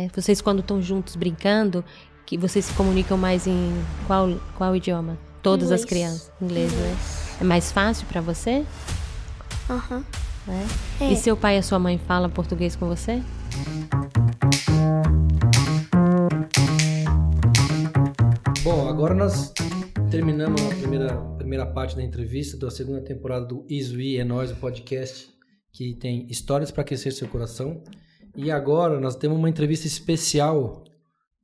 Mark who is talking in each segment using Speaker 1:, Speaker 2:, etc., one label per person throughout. Speaker 1: né? Vocês quando estão juntos brincando, que vocês se comunicam mais em qual, qual idioma? Todas
Speaker 2: Inglês.
Speaker 1: as crianças. Inglês, né?
Speaker 2: Inglês.
Speaker 1: É mais fácil pra você?
Speaker 2: Aham.
Speaker 1: né?
Speaker 2: É.
Speaker 1: E seu pai e a sua mãe falam português com você?
Speaker 3: Bom, agora nós terminamos a primeira, primeira parte da entrevista da segunda temporada do Isui é Nós, o podcast que tem histórias para aquecer seu coração. E agora nós temos uma entrevista especial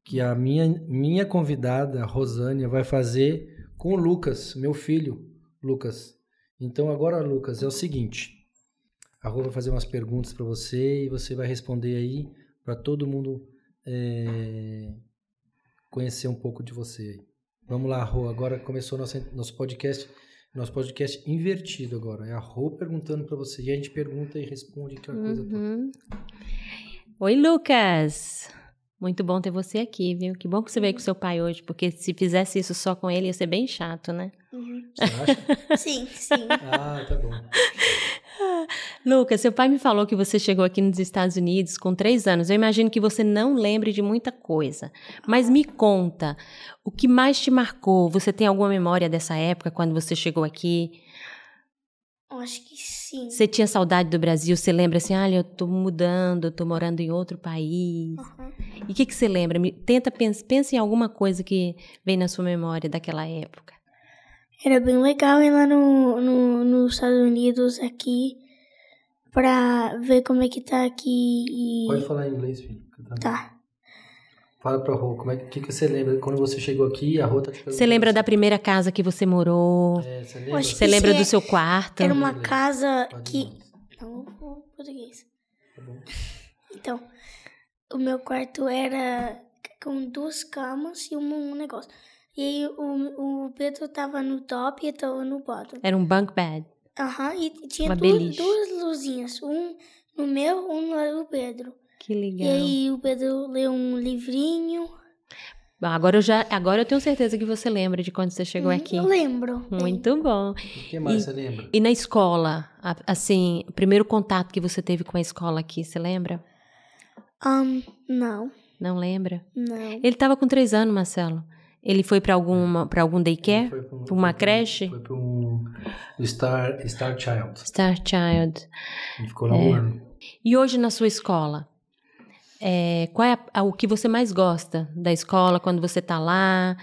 Speaker 3: que a minha, minha convidada, a Rosânia, vai fazer com o Lucas, meu filho, Lucas. Então agora, Lucas, é o seguinte. A Rô vai fazer umas perguntas para você e você vai responder aí para todo mundo eh, conhecer um pouco de você. Vamos lá, Rô. Agora começou nosso, nosso podcast, nosso podcast invertido agora. É a Rô perguntando para você e a gente pergunta e responde aquela coisa toda.
Speaker 1: Uhum. Oi, Lucas! Muito bom ter você aqui, viu? Que bom que você veio com seu pai hoje, porque se fizesse isso só com ele ia ser bem chato, né?
Speaker 2: Uhum.
Speaker 3: Você acha?
Speaker 2: Sim, sim.
Speaker 3: ah, tá bom.
Speaker 1: Lucas, seu pai me falou que você chegou aqui nos Estados Unidos com três anos. Eu imagino que você não lembre de muita coisa. Mas me conta, o que mais te marcou? Você tem alguma memória dessa época, quando você chegou aqui?
Speaker 2: Eu acho que sim.
Speaker 1: Você tinha saudade do Brasil? Você lembra assim, olha, eu tô mudando, eu tô morando em outro país?
Speaker 2: Aham.
Speaker 1: E o que, que você lembra? Me- tenta, pensa, pensa em alguma coisa que vem na sua memória daquela época.
Speaker 2: Era bem legal ir lá no, no, nos Estados Unidos aqui pra ver como é que tá aqui e.
Speaker 3: Pode falar em inglês, filho.
Speaker 2: Tá.
Speaker 3: Fala pra Rô, como é que, o que, que você lembra quando você chegou aqui a Rô tá te perguntando.
Speaker 1: Você lembra da primeira casa que você morou?
Speaker 3: É, você lembra?
Speaker 2: Acho
Speaker 1: Você
Speaker 2: Isso
Speaker 1: lembra
Speaker 2: é-
Speaker 1: do seu quarto?
Speaker 2: Era uma casa
Speaker 3: Pode
Speaker 2: que.
Speaker 3: ir.
Speaker 2: Não, vou em português.
Speaker 3: Tá bom.
Speaker 2: Então, o meu quarto era com duas camas e um, um negócio. E aí o, o Pedro tava no top e eu tava no bottom.
Speaker 1: Era um bunk bed.
Speaker 2: Aham, e tinha
Speaker 1: Uma
Speaker 2: duas,
Speaker 1: beliche.
Speaker 2: duas luzinhas. Um no meu, um no do Pedro.
Speaker 1: Que legal.
Speaker 2: E aí o Pedro leu um livrinho.
Speaker 1: Bom, agora eu já, agora eu tenho certeza que você lembra de quando você chegou
Speaker 2: Hum,
Speaker 1: aqui.
Speaker 2: Eu lembro.
Speaker 1: Muito bom.
Speaker 3: O que mais você lembra?
Speaker 1: E na escola, a- assim, o primeiro contato que você teve com a escola aqui, você lembra?
Speaker 2: Ahn, não,
Speaker 1: Não lembra?
Speaker 2: não.
Speaker 1: Ele estava com três anos, Marcelo. Ele foi para alguma, para algum daycare,
Speaker 3: Foi pra um-
Speaker 1: para uma creche,
Speaker 3: Foi pra um o Star, Star Child.
Speaker 1: Star Child.
Speaker 3: Ele ficou
Speaker 1: É.
Speaker 3: lá um ano.
Speaker 1: E hoje na sua escola, é, qual é a- a- o que você mais gosta da escola quando você está lá?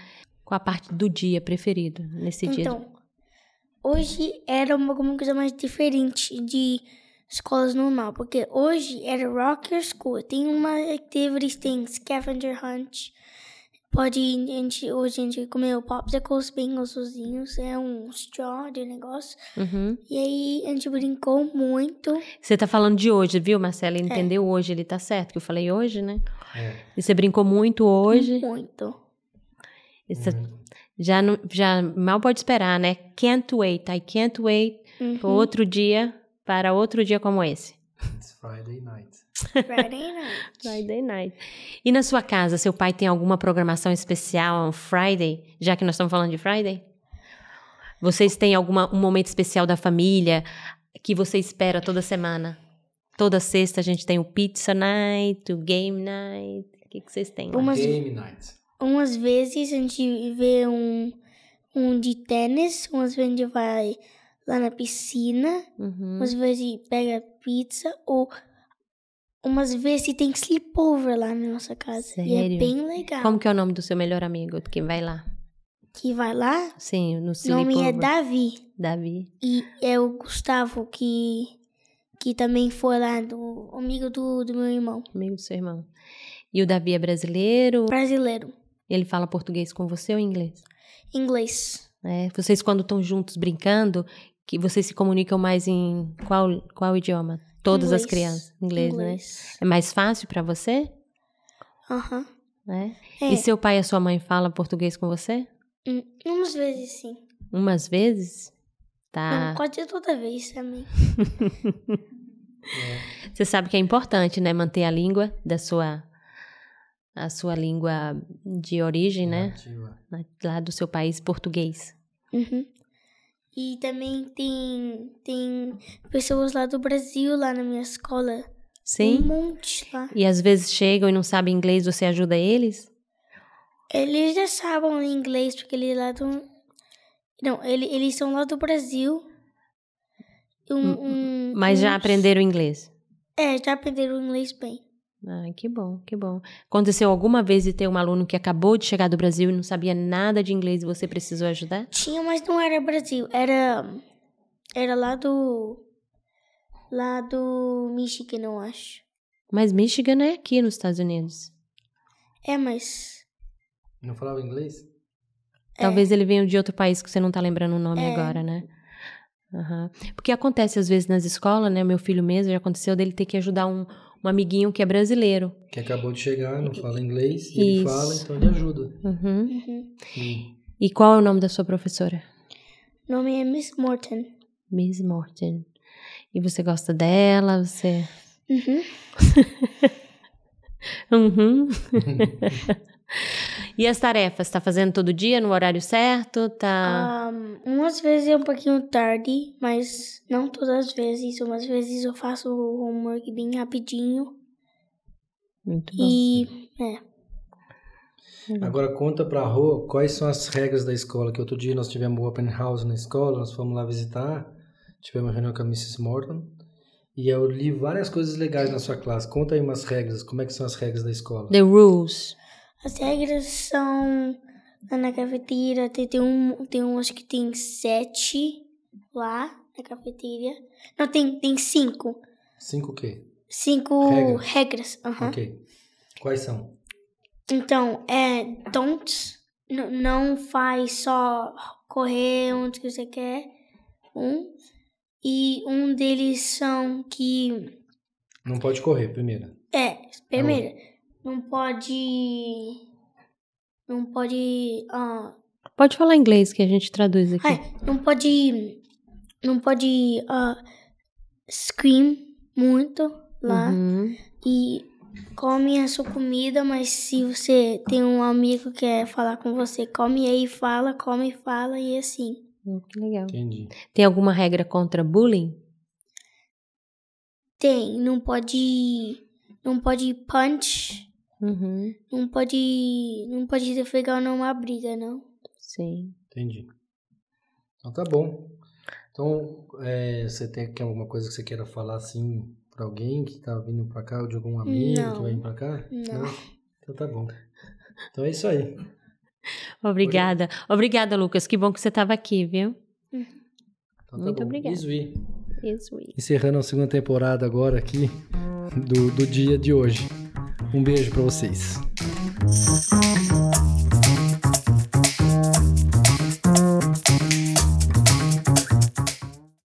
Speaker 1: Qual a parte do dia preferido nesse dia?
Speaker 2: Então, hoje era uma, alguma coisa mais diferente de escolas normal, porque hoje era Rocker School. Tem uma activities, tem scavenger hunt. Pode, a gente, hoje a gente comeu popsicles bem gostosinhos, é um straw de negócio.
Speaker 1: Uhum.
Speaker 2: E aí a gente brincou muito.
Speaker 1: Você tá falando de hoje, viu, Marcelo? Ele entendeu hoje, ele tá certo, que eu falei hoje, né?
Speaker 3: É.
Speaker 1: E você brincou muito hoje.
Speaker 2: Uhum. Muito.
Speaker 1: E você já, não, já mal pode esperar, né? Can't wait, I can't wait
Speaker 2: Uhum.
Speaker 1: pro outro dia, para outro dia como esse.
Speaker 3: It's Friday night.
Speaker 2: Friday night.
Speaker 1: Friday night. E na sua casa, seu pai tem alguma programação especial on Friday? Já que nós estamos falando de Friday? Vocês têm alguma, um momento especial da família que você espera toda semana? Toda sexta a gente tem o pizza night, o game night. O que, que vocês têm? lá?
Speaker 2: Uma- Mas-
Speaker 3: Game night.
Speaker 2: Umas vezes a gente vê um, um de tênis, umas vezes a gente vai lá na piscina,
Speaker 1: Uhum.
Speaker 2: umas vezes a gente pega pizza, ou umas vezes tem sleepover lá na nossa casa. E é
Speaker 1: Sério?
Speaker 2: bem legal.
Speaker 1: Como que é o nome do seu melhor amigo que vai lá?
Speaker 2: Que vai lá,
Speaker 1: Sim, no
Speaker 2: o nome é
Speaker 1: Sleepover.
Speaker 2: Davi.
Speaker 1: Davi.
Speaker 2: E é o Gustavo que, que também foi lá, do amigo do, do meu irmão,
Speaker 1: Amigo do seu irmão. E o Davi é brasileiro?
Speaker 2: brasileiro,
Speaker 1: Ele fala português com você ou inglês?
Speaker 2: inglês.
Speaker 1: É, vocês quando estão juntos brincando, que vocês se comunicam mais em qual, qual idioma? Todas as
Speaker 2: Inglês.
Speaker 1: crianças. Inglês, né?
Speaker 2: inglês.
Speaker 1: É mais fácil pra você?
Speaker 2: Aham.
Speaker 1: Né?
Speaker 2: É.
Speaker 1: E seu pai e a sua mãe falam português com você?
Speaker 2: Hum, Umas vezes sim.
Speaker 1: Umas vezes?
Speaker 2: Não,
Speaker 1: Tá.
Speaker 2: quase toda vez também.
Speaker 1: Você sabe que é importante, né? Manter a língua da sua... A sua língua de origem, né?
Speaker 3: Nativa.
Speaker 1: Na- Lá do seu país português. Uhum.
Speaker 2: E também tem, tem pessoas lá do Brasil, lá na minha escola.
Speaker 1: Sim.
Speaker 2: Um monte lá.
Speaker 1: E às vezes chegam e não sabem inglês, você ajuda eles?
Speaker 2: Eles já sabem inglês, porque eles lá do. Não, ele, eles são lá do Brasil. E Um, um-
Speaker 1: Hum, Mas já
Speaker 2: uns-
Speaker 1: aprenderam inglês?
Speaker 2: É, já aprenderam inglês bem.
Speaker 1: Ah, que bom, que bom. Aconteceu alguma vez de ter um aluno que acabou de chegar do Brasil e não sabia nada de inglês e você precisou ajudar?
Speaker 2: Tinha, mas não era Brasil. Era. Era lá do. Lá do Michigan, eu acho.
Speaker 1: Mas Michigan é aqui nos Estados Unidos.
Speaker 2: É, mas.
Speaker 3: Não falava inglês?
Speaker 1: Talvez ele venha de outro país que você não tá lembrando o nome agora, né? Aham. Porque acontece às vezes nas escolas, né? Meu filho mesmo já aconteceu dele ter que ajudar um, um amiguinho que é brasileiro.
Speaker 3: Que acabou de chegar, não fala inglês, e ele
Speaker 1: Isso.
Speaker 3: fala, então ele ajuda.
Speaker 1: Uhum.
Speaker 2: Uhum.
Speaker 3: Hum.
Speaker 1: E qual é o nome da sua professora?
Speaker 2: O nome é Miss Morton.
Speaker 1: Miss Morton. E você gosta dela? Você.
Speaker 2: Uhum.
Speaker 1: Uhum. e as tarefas? Tá fazendo todo dia no horário certo? Tá.
Speaker 2: Ahn, umas vezes é um pouquinho tarde, mas não todas as vezes. Umas vezes eu faço o homework bem rapidinho.
Speaker 1: Muito bom.
Speaker 2: E. É.
Speaker 3: Agora conta pra Rô quais são as regras da escola, que outro dia nós tivemos o open house na escola, nós fomos lá visitar, tivemos uma reunião com a Mrs. Morton, e eu li várias coisas legais na sua classe. Conta aí umas regras, como é que são as regras da escola.
Speaker 1: The rules.
Speaker 2: As regras são. Lá na cafeteira tem, tem um. Tem um, acho que tem sete lá na cafeteria. Não, tem, tem cinco.
Speaker 3: Cinco o quê?
Speaker 2: Cinco
Speaker 3: Regras.
Speaker 2: regras. aham.
Speaker 3: Ok. Quais são?
Speaker 2: Então, é don't, n- não faz só correr onde que você quer, um. E um deles são que,
Speaker 3: Não pode correr, primeira.
Speaker 2: é, primeiro, não pode, não pode, ah,
Speaker 1: Pode falar inglês que a gente traduz aqui.
Speaker 2: ai, não pode, não pode ah, scream muito lá.
Speaker 1: Uhum.
Speaker 2: e come a sua comida, mas se você tem um amigo que quer falar com você, come aí, fala, come e fala e assim.
Speaker 1: Hum, Que legal.
Speaker 3: Entendi.
Speaker 1: Tem alguma regra contra bullying?
Speaker 2: Tem, não pode não pode punch,
Speaker 1: Uhum.
Speaker 2: não pode não pode defegar numa briga, não.
Speaker 1: Sim.
Speaker 3: Entendi. Então tá bom. Então, é, você tem que alguma coisa que você queira falar assim pra alguém que tá vindo pra cá ou de algum amigo que
Speaker 2: Não.
Speaker 3: vai vir pra cá?
Speaker 2: Não.
Speaker 3: Então tá bom. Então é isso aí.
Speaker 1: Obrigada. Obrigada, Lucas. Que bom que você estava aqui, viu?
Speaker 3: Então, tá
Speaker 1: Muito
Speaker 3: bom.
Speaker 1: obrigada.
Speaker 3: Isui.
Speaker 1: Isso aí.
Speaker 3: Encerrando a segunda temporada agora aqui do, do dia de hoje. Um beijo pra vocês.